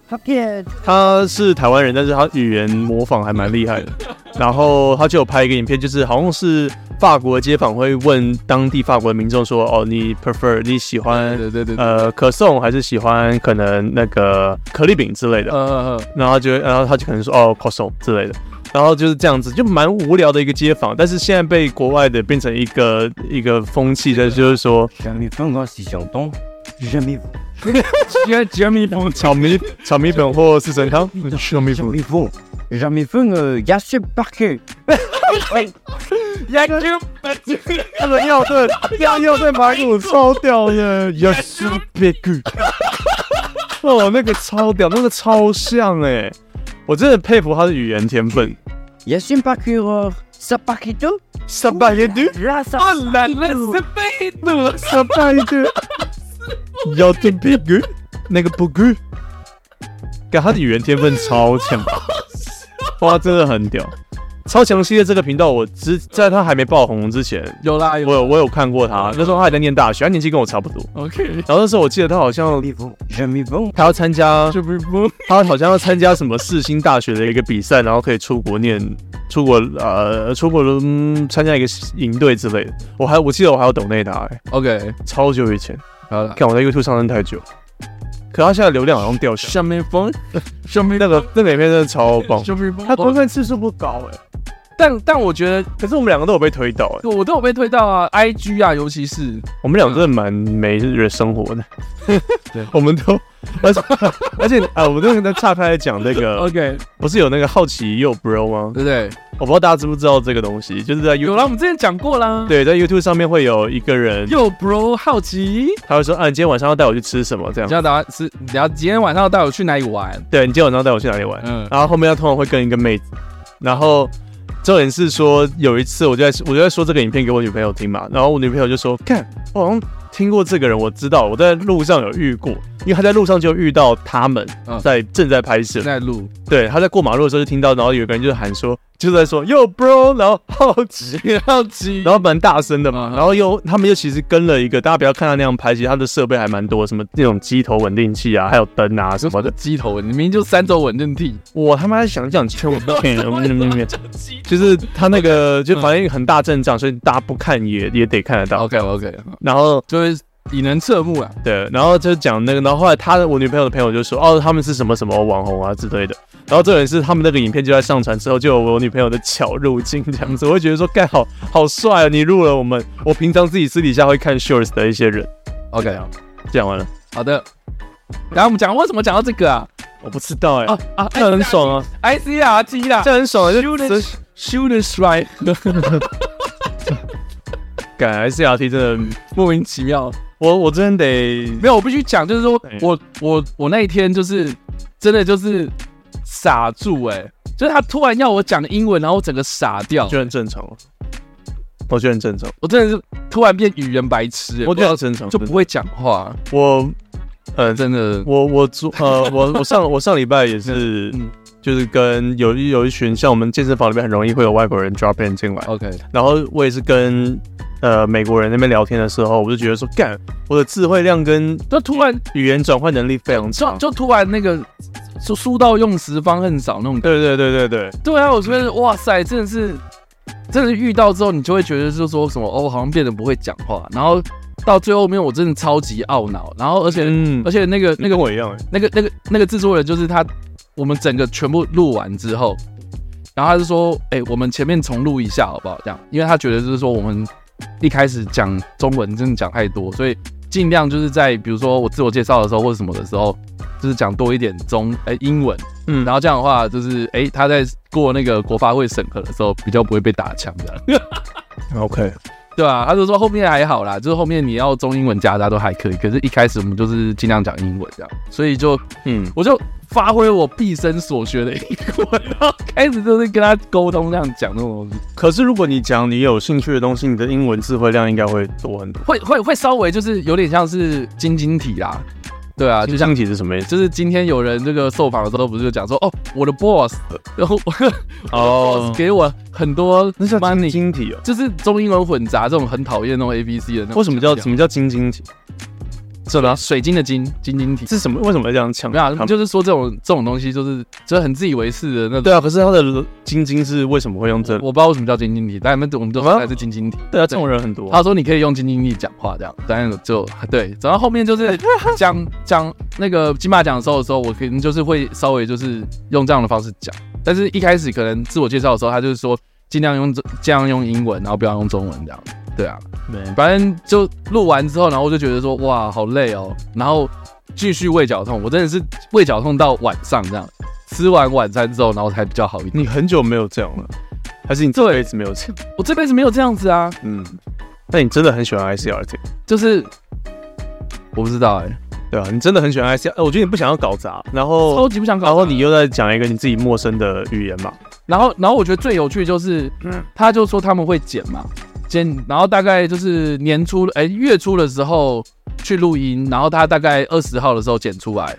Fuck yeah. 他是台湾人，但是他语言模仿还蛮厉害的。然后他就有拍一个影片，就是好像是法国街访会问当地法国民众说：“哦，你 prefer 你喜欢对对对，呃呃可颂还是喜欢可能那个可丽饼之类的，呃，然后他就会然后他就可能说哦可颂之类的，然后就是这样子，就蛮无聊的一个街访，但是现在被国外的变成一个一个风气的，就是说 Jamais tendance, ici en temps. Jamais 杰杰米同 *laughs* 炒米炒米粉或四神汤，炒米粉 jamais vont. Jamais vont, euh, Yassir Parker. 亚军，那个药炖药药炖排骨超屌耶，Yes big，哦那个超屌，那个超像哎，我真的佩服他的语言天分。 Yassir Parker, euh, Sepak itu Sebagai du rasa Ah, 难了，是被堵，什么一堆，要听不good，那个不 good，感他的语言天分超强，哇，真的很屌。超强系列这个频道，我之在他还没爆红之前，有啦我有有我有看过他，那时候他还在念大学，他年纪跟我差不多。 ，OK，然后那时候我记得他好像 jamais bon, 他要参加，就不不他好像要参加什么世新大学的一个比赛，然后可以出国念，出国呃出国嗯参加一个营队之类的。我还我记得我还要抖内他、欸， OK，超久以前，好了，看我在 YouTube 上升太久，可他现在流量好像掉下来。上面风， *laughs* 上面那个那个影片真的超棒，上面风，他观看次数不高哎、但但我觉得可是我们两个都有被推倒哎、我都有被推到啊，IG 啊，尤其是我们俩真的蛮没日生活的，对， *laughs* 我们都，而且而且啊，我刚才岔开来讲 *laughs* 那个， OK，不是有那个好奇又 bro 吗？对不对？我不知道大家知不知道这个东西，就是在 You 有啦，啊我们之前讲过啦。 *laughs* 对，在 YouTube 上面会有一个人，又 bro 好奇，他会说啊，你今天晚上要带我去吃什么这你要样？打是你要今天晚上要带我去哪里玩？对，你今天晚上要带我去哪里玩？嗯然后后面他通常会跟一个妹子，然后重点是说有一次我就在我就在说这个影片给我女朋友听嘛，然后我女朋友就说，看我好像听过这个人，我知道我在路上有遇过，因为他在路上就遇到他们嗯在正在拍摄正，在录，对，他在过马路的时候就听到，然后有一个人就喊说，就在说 Yo bro，然后好奇。好奇然后蛮大声的嘛嗯，嗯然后又他们又其实跟了一个，大家不要看他那样拍，其实他的设备还蛮多，什么那种机头稳定器啊，还有灯啊什么的。鸡头，你明明就三周稳定器，我他妈想讲千万不要，鸡就是他那个就反正很大阵仗，所以大家不看也也得看得到。 OK OK，然后就是以能侧目啊。对，然后就讲那个，然后后来他的我女朋友的朋友就说，哦，他们是什么什么网红啊之类的。然后这也是他们那个影片就在上传之后，就有我女朋友的巧入镜这样子，我会觉得说，盖好好帅啊，你入了我们，我平常自己私底下会看 shorts 的一些人。 OK，讲完了，好的。然后我们讲为什么讲到这个啊？我不知道哎、啊啊，这样很爽啊， ！ICRT 啦这样很爽啊，就哎，Shoot it, shoot it *laughs* right，改 SRT 真的，莫名其妙。我我真的得没有，我必须讲，就是说对我我我那一天就是真的就是傻住哎、就是他突然要我讲英文，然后我整个傻掉我觉，得很正常啊哦，我觉得很正常，我真的是突然变语言白痴、欸，我我觉得很正常，就不会讲话，我，呃，真的我我昨呃我我上我上礼拜也是嗯，就是跟有一有一群像我们健身房里面很容易会有外国人 drop in 进来， OK 然后我也是跟呃美国人那边聊天的时候，我就觉得说，干我的智慧量跟就突然语言转换能力非常就差。就突然那个就书到用时方恨少那种感对对对对对，觉，对啊，我觉得哇塞，真的是真的是遇到之后，你就会觉得就是说什么哦，好像变得不会讲话，然后到最后面我真的超级懊恼，然后而且、嗯而，且那个那那个跟我一样、欸，那个那个那个制作人就是他，我们整个全部录完之后，然后他就说，哎、我们前面重录一下好不好？这样，因为他觉得就是说我们一开始讲中文真的讲太多，所以尽量就是在比如说我自我介绍的时候或者什么的时候，就是讲多一点中哎、英文，嗯，然后这样的话就是哎、他在过那个国发会审核的时候比较不会被打枪这样。后 OK， *laughs* 对啊，他就说后面还好啦，就是后面你要中英文夹杂都还可以，可是一开始我们就是尽量讲英文这样，所以就嗯，我就发挥我毕生所学的英文，然后开始就是跟他沟通，这样讲那种东西，可是如果你讲你有兴趣的东西，你的英文智慧量应该会多很多。会会会稍微就是有点像是晶晶体啦，对啊，就像像体是什么意思？就是今天有人这个受访的时候不是就讲说哦，我的 boss，然后我 *laughs* 的 boss 给我很多哦那叫晶 money，晶体哦。就是中英文混杂这种很讨厌那种 A B C 的那种，为什么叫什么叫晶晶体？什么水晶的晶晶晶体？是什么？为什么要这样抢？没有、他啊，们就是说这种这种东西就是就是很自以为是的那种。对啊，可是他的晶晶是为什么会用这？我不知道为什么叫晶晶体，但我们我们都说啊它是晶晶体。对啊，这种人很多。他说你可以用晶晶体讲话这样，但是就对，然后后面就是讲讲那个金马奖的时候的时候，我可能就是会稍微就是用这样的方式讲，但是一开始可能自我介绍的时候，他就是说尽量用这尽量用英文，然后不要用中文这样。对啊，没反正就录完之后，然后我就觉得说哇好累哦，然后继续胃绞痛，我真的是胃绞痛到晚上这样，吃完晚餐之后，然后才比较好一点。你很久没有这样了，还是你这辈子没有这样？我这辈子没有这样子啊， *laughs* 嗯，那你真的很喜欢 ICRT，就是我不知道哎、对啊，你真的很喜欢哦 ICR。我觉得你不想要搞砸，然后超级不想搞。然后你又在讲一个你自己陌生的语言嘛，然后，然后我觉得最有趣的就是，他就说他们会剪嘛，剪，然后大概就是年初，哎、月初的时候去录音，然后他大概二十号的时候剪出来，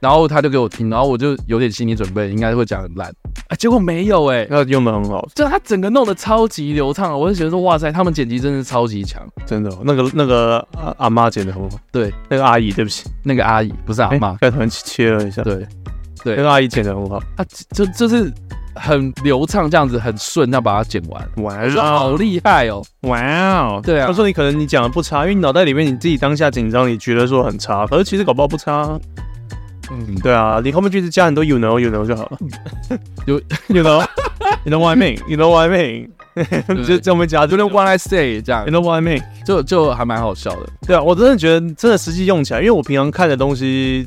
然后他就给我听，然后我就有点心理准备，应该会讲很烂，啊，结果没有哎、那用的很好，就他整个弄得超级流畅，我就觉得说，哇塞，他们剪辑真的超级强。真的哦、那个那个啊阿妈剪的很好，对，那个阿姨，对不起，那个阿姨不是阿哎妈，刚才突然切了一下，对，对那个阿姨剪的很好，她就就是很流畅，这样子很顺，那把它剪完，哇我说好厉害哦。哇哦，对啊他说你可能你讲的不差，因为你脑袋里面你自己当下紧张，你觉得说很差，可是其实搞不好不差。啊嗯，对啊，你后面就是加很多 you know you know 就好了 You- you *laughs* know you know what I mean you know what I mean，嗯对就在后面加就就那那 One I Say 这样 you，know what I mean。就就还蛮好笑的。对啊，我真的觉得真的实际用起来，因为我平常看的东西，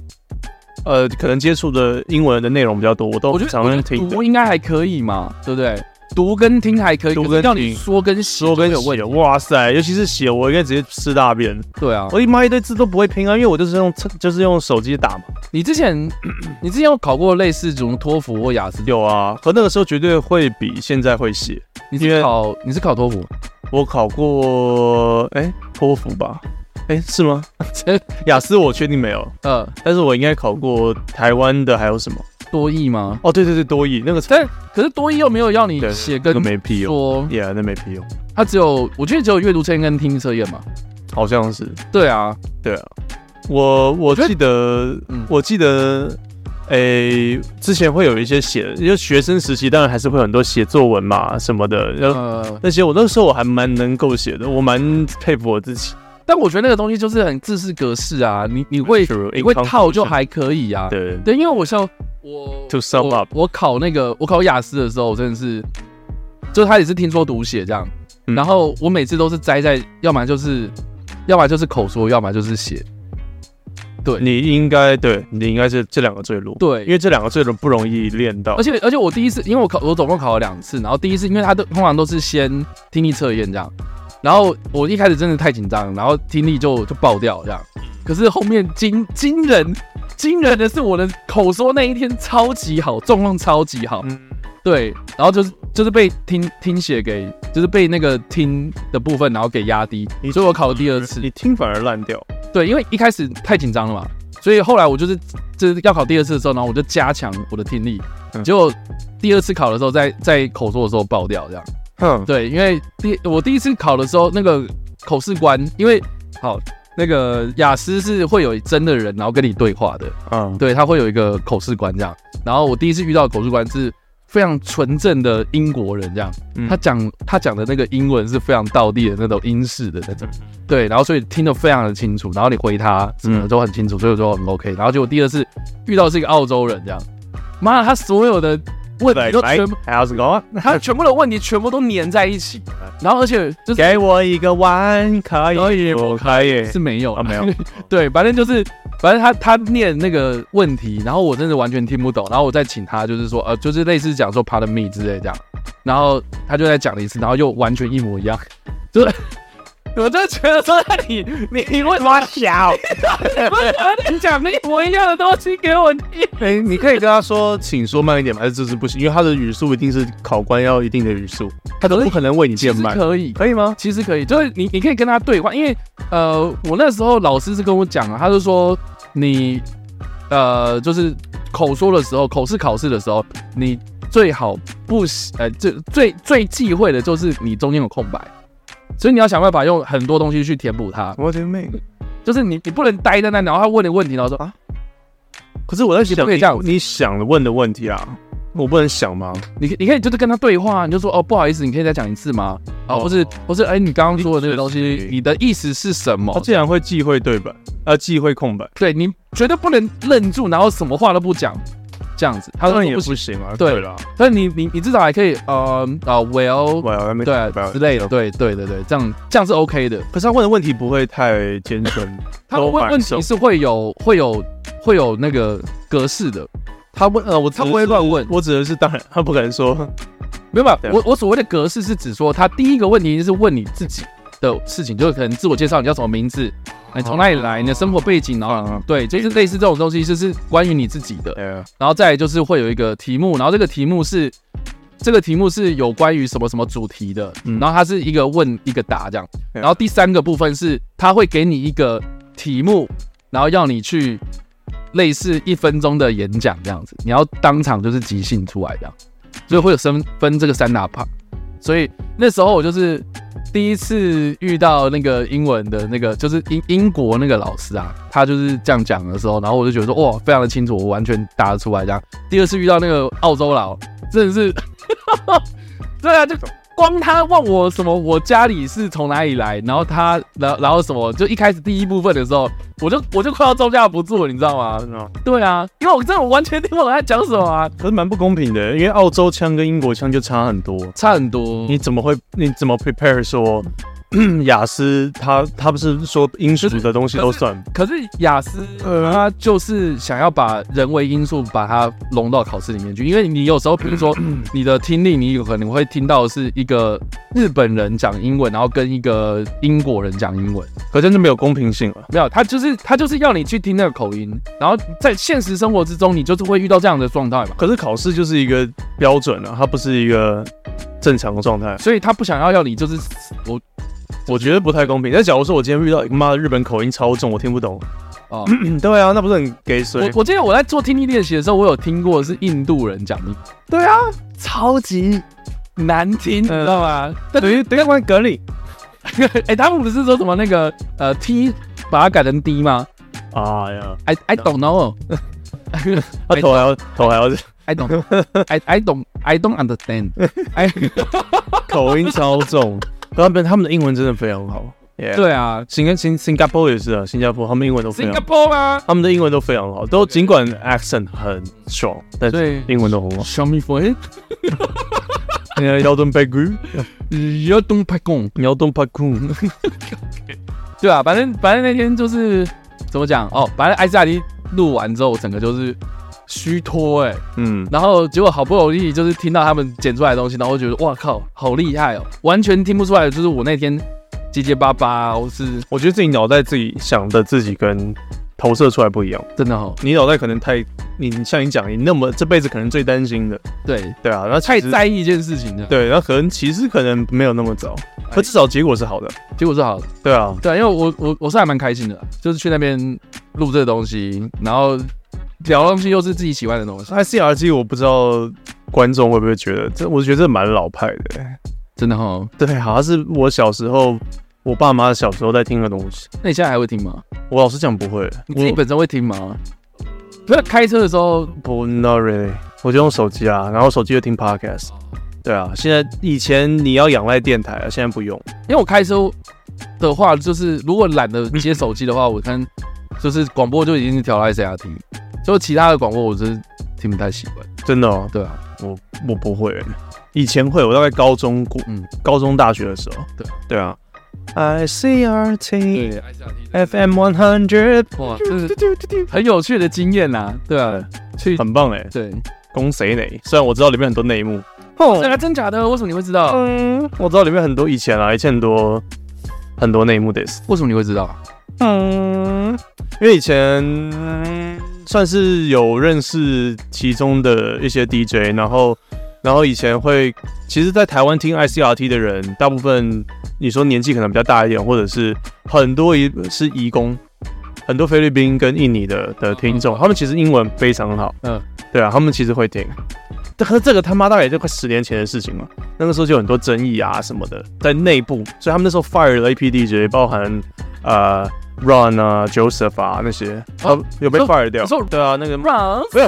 呃，可能接触的英文的内容比较多，我都我觉得常我常觉哦听得的读应该还可以嘛，对不对？读跟听还可以，读可是跟要你听说跟写说跟都有问题。写，哇塞，尤其是写，我应该直接吃大便。对啊，我一妈一堆字都不会拼啊，因为我就是用就是用手机打嘛。你之前 *clears throat* 你之前有考过类似什么托福或雅思？有啊，可那个时候绝对会比现在会写。你因是为考你是考托福？我考过，哎、托福吧？哎、是吗？ *laughs* 雅思我确定没有，呃，但是我应该考过台湾的，还有什么？多译吗？哦，对对对，多译那个但可是多译又没有要你对写那跟个嗯没屁用说， ，Yeah，那没屁用，它只有我觉得只有阅读测验跟听力测验嘛。好像是。对啊，对啊，我我觉得记得嗯，我记得，诶、之前会有一些写，因为学生时期当然还是会有很多写作文嘛什么的，然后呃，那些我那时候我还蛮能够写的，我蛮佩服我自己。但我觉得那个东西就是很自视格式啊，你你会 True, 你会 in 套就 conclusion 还可以啊。对，对，因为我像我 To sum 我 up 我考那个我考雅思的时候，我真的是，就他也是听说读写这样，嗯然后我每次都是栽在，要么就是，要么就是口说，要么就是写。你应该对你应该是这两个最弱，对，因为这两个最弱不容易练到而。且而且我第一次，因为我考我总共考了两次，然后第一次因为他都通常都是先听力测验这样，然后我一开始真的太紧张，然后听力就就爆掉这样。可是后面惊惊人惊人的是我的口说那一天超级好，状况超级好，嗯对，然后就是就是被听听写给就是被那个听的部分然后给压低，你所以我考了第二次。你听反而烂掉，对，因为一开始太紧张了嘛，所以后来我就是就是要考第二次的时候，然后我就加强我的听力，嗯结果第二次考的时候在在口说的时候爆掉这样。哼，对，因为第我第一次考的时候，那个口试官因为好那个雅思是会有真的人然后跟你对话的，嗯，对他会有一个口试官这样。然后我第一次遇到的口试官是非常纯正的英国人这样，嗯他讲他讲的那个英文是非常道地的那种英式的那种，对，然后所以听得非常的清楚，然后你回他什么的嗯都很清楚，所以我说很 OK。然后结果第二次遇到是一个澳洲人这样，妈的，他所有的问对题都来全部。 ，How's it *laughs* going？他全部的问题全部都粘在一起，然后而且就是给我一个碗，可以，可以我可以，是没有啊，没有， *laughs* 对，反正就是，反正他他念那个问题，然后我真的完全听不懂，然后我再请他就是说，呃，就是类似讲说 pardon me 之类这样，然后他就再讲了一次，然后又完全一模一样， *laughs* 就是我真的觉得说你你你为什么小。要讲那一模一样的东西给我听？ *laughs* 哎、你可以跟他说，请说慢一点吗？还是这是不行？因为他的语速一定是考官要一定的语速，他都不可能为你其变实慢。可以，可以吗？其实可以，就是你你可以跟他对话，因为呃，我那时候老师是跟我讲啊，他就说你呃，就是口说的时候，口试考试的时候，你最好不喜呃，最最最忌讳的就是你中间有空白，所以你要想办法用很多东西去填补它，我的妹！就是你你不能待在那，然后他问你问题，然后说啊，可是我在你想，不可以这样你你想问的问题啊，我不能想吗？你你可以就是跟他对话，你就说哦，不好意思，你可以再讲一次吗？啊，哦或是或是哎、你刚刚说的那个东你哦西确，实你的意思是什么他？竟然会忌讳对白，呃，忌讳空白，对你绝对不能愣住，然后什么话都不讲，这样子。他当说然也不不行，行啊。对啦，但你你你至少还可以，呃啊，well，我要没对啊之类的，。对对对对，这样这样是 OK 的。可是他问的问题不会太艰深，他问都蛮问熟题是会有会有会有那个格式的，他问呃，我他不会乱问。我指的是，当然他不可能说 *laughs* 没有吧？对啊我我所谓的格式是指说，他第一个问题是问你自己的事情，就是可能自我介绍，你叫什么名字，你从哪里来，你的生活背景，然后嗯对，就是类似这种东西，就是关于你自己的。呃然后再来就是会有一个题目，然后这个题目是这个题目是有关于什么什么主题的，嗯然后它是一个问一个答这样， Yeah 然后第三个部分是它会给你一个题目，然后要你去类似一分钟的演讲这样子，你要当场就是即兴出来这样，所以会有分分这个三大 part，所以那时候我就是第一次遇到那个英文的那个，就是英英国那个老师啊，他就是这样讲的时候，然后我就觉得说哇，非常的清楚，我完全答得出来这样。第二次遇到那个澳洲佬，真的是， *laughs* 对啊，就光他问我什么，我家里是从哪里来，然后他，然后然后什么，就一开始第一部分的时候，我就我就快要招架不住了，你知道吗？真的吗对啊，因为我真的完全听不懂他在讲什么啊，可是蛮不公平的，因为澳洲腔跟英国腔就差很多。差很多。你怎么会？你怎么 prepare 说雅思他他不是说英属的东西都算？可是雅思，呃他就是想要把人为因素把它融到考试里面去，因为你有时候，比如 *clears throat* 说你的听力，你有可能会听到是一个日本人讲英文，然后跟一个英国人讲英文，可真的没有公平性了。啊没有，他就是他就是要你去听那个口音，然后在现实生活之中，你就是会遇到这样的状态嘛，可是考试就是一个标准啊，它不是一个正常的状态。所以他不想要要你就是我我觉得不太公平。但假如说我今天遇到一个妈的日本口音超重，我听不懂。哦。嗯对啊，那不是很给我水？我记得我在做听力练习的时候，我有听过是印度人讲的，对啊，超级难听，你知道吗？但等于等于关隔离 *laughs* 哎、他们不是说什么那个呃 T 把它改成 D 吗啊呀， ？I I don't know. *laughs* I 他头还要头还要 I don't I I don't I don't understand. *laughs* 哎 I 口音超重。 *laughs* 他们他们的英文真的非常好。Yeah 对啊，新跟新新加坡也是啊，新加坡他们英文都非常好， Singapore 吗？他们的英文都非常好，都尽管 accent 很爽，但对是英文都很好。小蜜蜂，你要蹲白骨，要东派贡。你要蹲白骨，对啊，反正反正那天就是怎么讲哦，反正艾斯亚迪录完之后，我整个就是虚脱哎、 *laughs* 嗯，然后结果好不容易就是听到他们剪出来的东西，然后我觉得哇靠，好厉害哦，完全听不出来，就是我那天结结巴巴，我是我觉得自己脑袋自己想的自己跟投射出来不一样，真的哦，你脑袋可能太，你像你讲，你那么这辈子可能最担心的，对，对啊，然后其太实在意一件事情了。对，然后可能其实可能没有那么早，可至少结果是好的，结果是好的，对啊，对啊，因为我我我是还蛮开心的啊，就是去那边录这个东西，然后聊的东西又是自己喜欢的东西，那 CRG 我不知道观众会不会觉得这，我觉得这蛮老派的、真的哈。对，好像是我小时候，我爸妈小时候在听的东西。那你现在还会听吗？我老实讲不会，你自己我本身会听吗？不是开车的时候，不 not really，我就用手机啊，然后手机就听 podcast。对啊，现在以前你要仰赖电台啊，现在不用。因为我开车的话，就是如果懒得接手机的话，我看就是广播就已经调到 SRT，就其他的广播我真是听不太习惯。真的哦，对啊，我我不会、以前会，我大概高中过，嗯高中大学的时候。对对啊，I C R T 对，SRT F M one hundred，哇，这是 *laughs* 很有趣的经验呐。对啊，去很棒哎、对，攻谁呢？虽然我知道里面很多内幕。对啊，真假的？为什么你会知道？嗯，我知道里面很多以前啊，以前很多很多内幕的。为什么你会知道？嗯，因为以前嗯算是有认识其中的一些 DJ，然后然后以前会，其实，在台湾听 ICRT 的人，大部分你说年纪可能比较大一点，或者是很多移是移工，很多菲律宾跟印尼的的听众，他们其实英文非常好，嗯嗯，对啊，他们其实会听。但可是这个他妈大概也就快十年前的事情了，那个时候就有很多争议啊什么的，在内部，所以他们那时候 fire 了一批 DJ，包含呃 Ron 啊、Joseph 啊那些，哦他有被你说 fire 掉你说。对啊，那个不然没有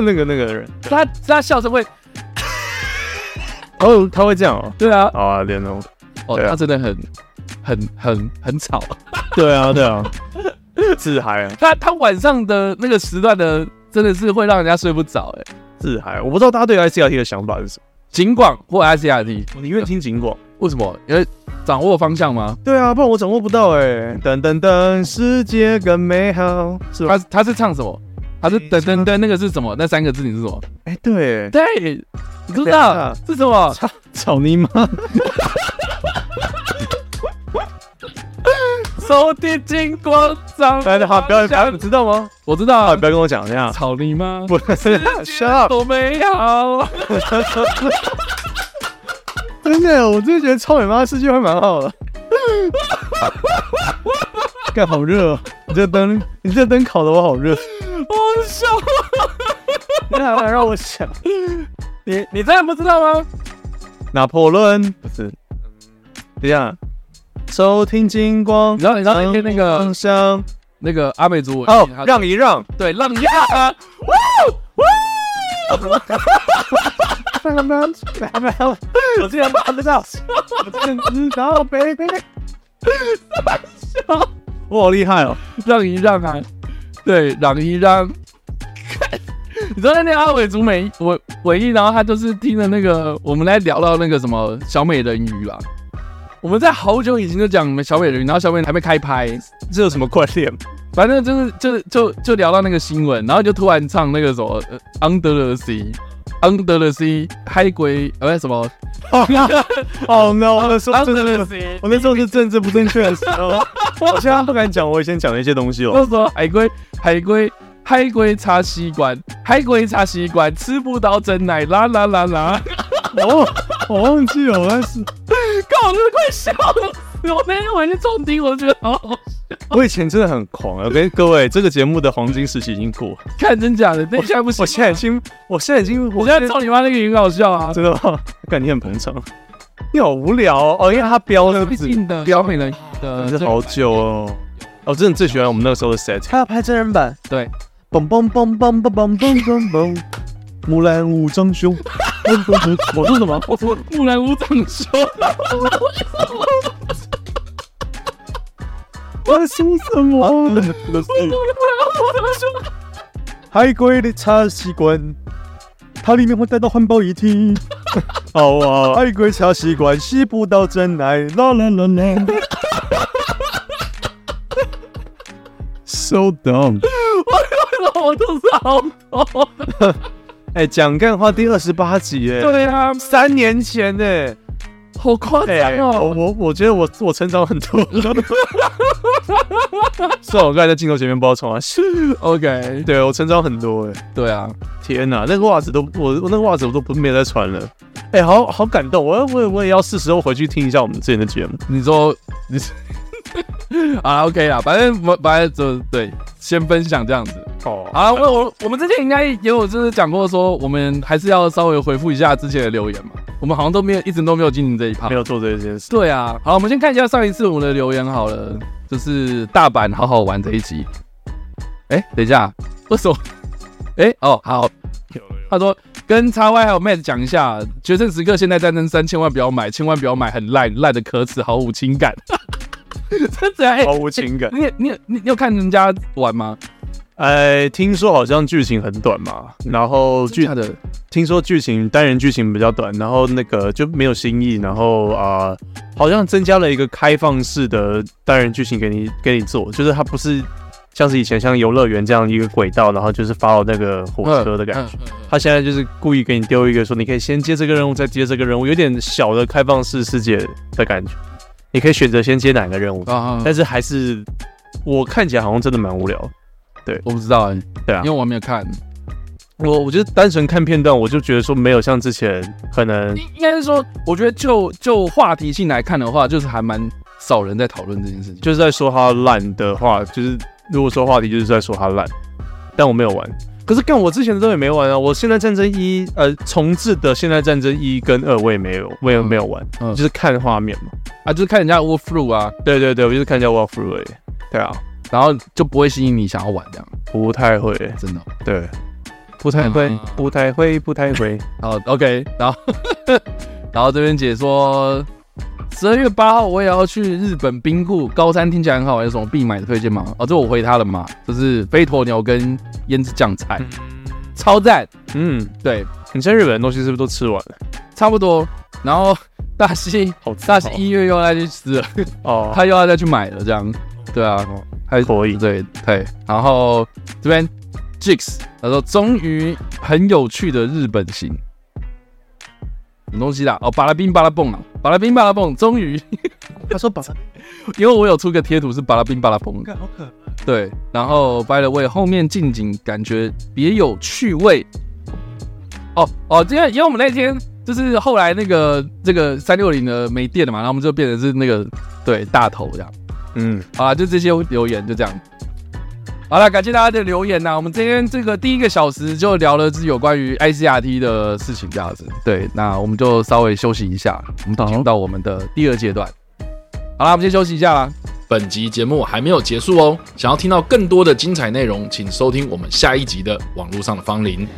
那个那个人，他他笑声会，哦，他会这样哦。对啊，好啊，联龙。哦，对啊他真的很很很很吵。对啊，对啊， *laughs* 自嗨啊，他他晚上的那个时段的，真的是会让人家睡不着哎、自嗨。啊我不知道大家对 ICRT 的想法是什么，尽管或 ICRT，我宁愿听警广。为什么？因为掌握方向吗？对啊，不然我掌握不到哎、噔噔噔，世界更美好，是吧？他他是唱什么？他是等等等那个是什么？那三个字你是什么？哎、对，对，你知不知等道一下是什么？操草泥马，手提金光掌。来的好，不要，不要，你知道吗？我知道啊，啊不，要跟我讲这样，草泥吗？啊不是，shut up，多美好。真的，我真的觉得超美妈的世界还蛮好的。干好热、哦，你这灯，你这灯烤的我好热，我笑。你还敢让我想？你你真的不知道吗？拿破仑不是？等一下，收听金光你知道你知道那天那个香香那个阿美族哦，嗯让让一让，对让一让啊，我竟然把得到，我真的知道，baby，我好厉害哦！让一让啊，对让一让。 *laughs* 你知道那天阿伟族美伟伟艺，然后他就是听了那个我们来聊到那个什么小美人鱼啦。我们在好久以前就讲小美人鱼，然后小美人鱼还没开拍，这有什么关联？反正就是就是就就聊到那个新闻，然后就突然唱那个什么呃 Under the Sea，Under the Sea 海龟呃什么哦 no！我那时候 Under 真 the 的， Sea，我那时候是政治不正确的时候，我现在不敢讲我以前讲的一些东西了。哦那时候海龟海龟海龟插吸管，海龟插吸管吃不到真奶，啦啦啦啦。哦，我忘记了，我那是看我真的快笑了。我那天晚上重听，我觉得好好笑。我以前真的很狂。啊我跟各位，这个节目的黄金时期已经过了，看真假的，那你现在不行吗。我现在已经，我现在已经，我我现在操你妈那个也很好笑啊！真的吗？感觉很捧场。你好无聊哦，哦因为他标那个最字，近的标美人的真是好久哦。哦，真的最喜欢我们那个时候的 set。他要拍真人版，对，嘣嘣嘣嘣嘣嘣嘣嘣嘣，木兰舞张胸。嘣嘣嘣我说什么？我说木兰无长兄，我说什么？ *laughs* 海龟的插吸管，它里面会带到环保议题。好啊，海龟插吸管吸不到真爱，啦啦啦啦。So dumb！我肚子好痛。哎、讲干话第二十八集哎、对啊，三年前哎、好夸 *laughs* 哎、张我哦！我我觉得我我成长很多。 *laughs* 算了，我刚才在镜头前面不知道从哪笑 OK， *laughs* 对我成长很多哎、对啊，天哪，那个袜子都我我那个袜子我都不没有再穿了，哎、好好感动，我我也我也要是时候回去听一下我们之前的节目。你说 *laughs* 你是啊 OK 啦，反正我反正就对，先分享这样子。哦啊，啊，我我我们之前应该也有就是讲过说，我们还是要稍微回复一下之前的留言嘛。我们好像都没有一直都没有进行这一趴 *laughs* 没。有做这件事，对啊，好，我们先看一下上一次我们的留言好了，就是大阪好好玩这一集。哎、等一下，为什么？哎、哦，好，他说跟 X Y 还有 Matt 讲一下，《决胜时刻》现代战争三千万不要买，千万不要买，很烂，烂的可耻，毫无情感。 *laughs* 真的哎、毫无情感。你也你也你你有看人家玩吗？哎，听说好像剧情很短嘛，然后剧他的听说剧情单人剧情比较短，然后那个就没有新意，然后啊、好像增加了一个开放式的单人剧情给你给你做，就是它不是像是以前像游乐园这样一个轨道，然后就是发到那个火车的感觉。觉。嗯嗯他现在就是故意给你丢一个说，你可以先接这个任务，再接这个任务，有点小的开放式世界的感觉。你可以选择先接哪个任务，啊，但是还是我看起来好像真的蛮无聊。我不知道哎、对啊因为我没有看。我我就是单纯看片段，我就觉得说没有像之前可能应应该是说，我觉得就就话题性来看的话，就是还蛮少人在讨论这件事情。就是在说他烂的话，就是如果说话题就是在说他烂，但我没有玩。可是干我之前的都也没玩啊，我现代战争一呃重置的现代战争一跟二我也没有，我也没有玩，嗯嗯就是看画面嘛。啊，就是看人家 w o r through 啊，对对对，我就是看一下 walkthrough 而已。对啊，然后就不会吸引你想要玩这样，不太会，真的。对，不太会，嗯不太会，不太 *laughs* 会。好，OK，然后 *laughs* 然后这边姐说，十二月八号我也要去日本兵库高山，听起来很好玩，有什么必买的推荐吗？哦，这我回他了嘛，就是飞鸵牛跟腌制酱菜，超赞。嗯，对，你在日本的东西是不是都吃完了？差不多。然后大西好自大豪西一月又要再去吃了。哦，他又要再去买了，这样，对啊，还可以对对。然后这边 Jix 他说，终于很有趣的日本行，什么东西啦？哦，巴拉冰巴拉蹦啊，巴拉冰巴拉蹦，终于，他说把它因为我有出个贴图是巴拉冰巴拉蹦，好可对。然后 By the way，后面近景感觉别有趣味。哦哦，因为因为我们那天就是后来那个这个三六零的没电了嘛，然后我们就变成是那个对大头这样。嗯，好啊啦，就这些留言就这样。好了，感谢大家的留言呐、我们今天这个第一个小时就聊了是有关于 ICRT 的事情，这样子。对，那我们就稍微休息一下，我们进入到我们的第二阶段。好啦，我们先休息一下啦。本集节目还没有结束哦，想要听到更多的精彩内容，请收听我们下一集的《网络上的芳龄》。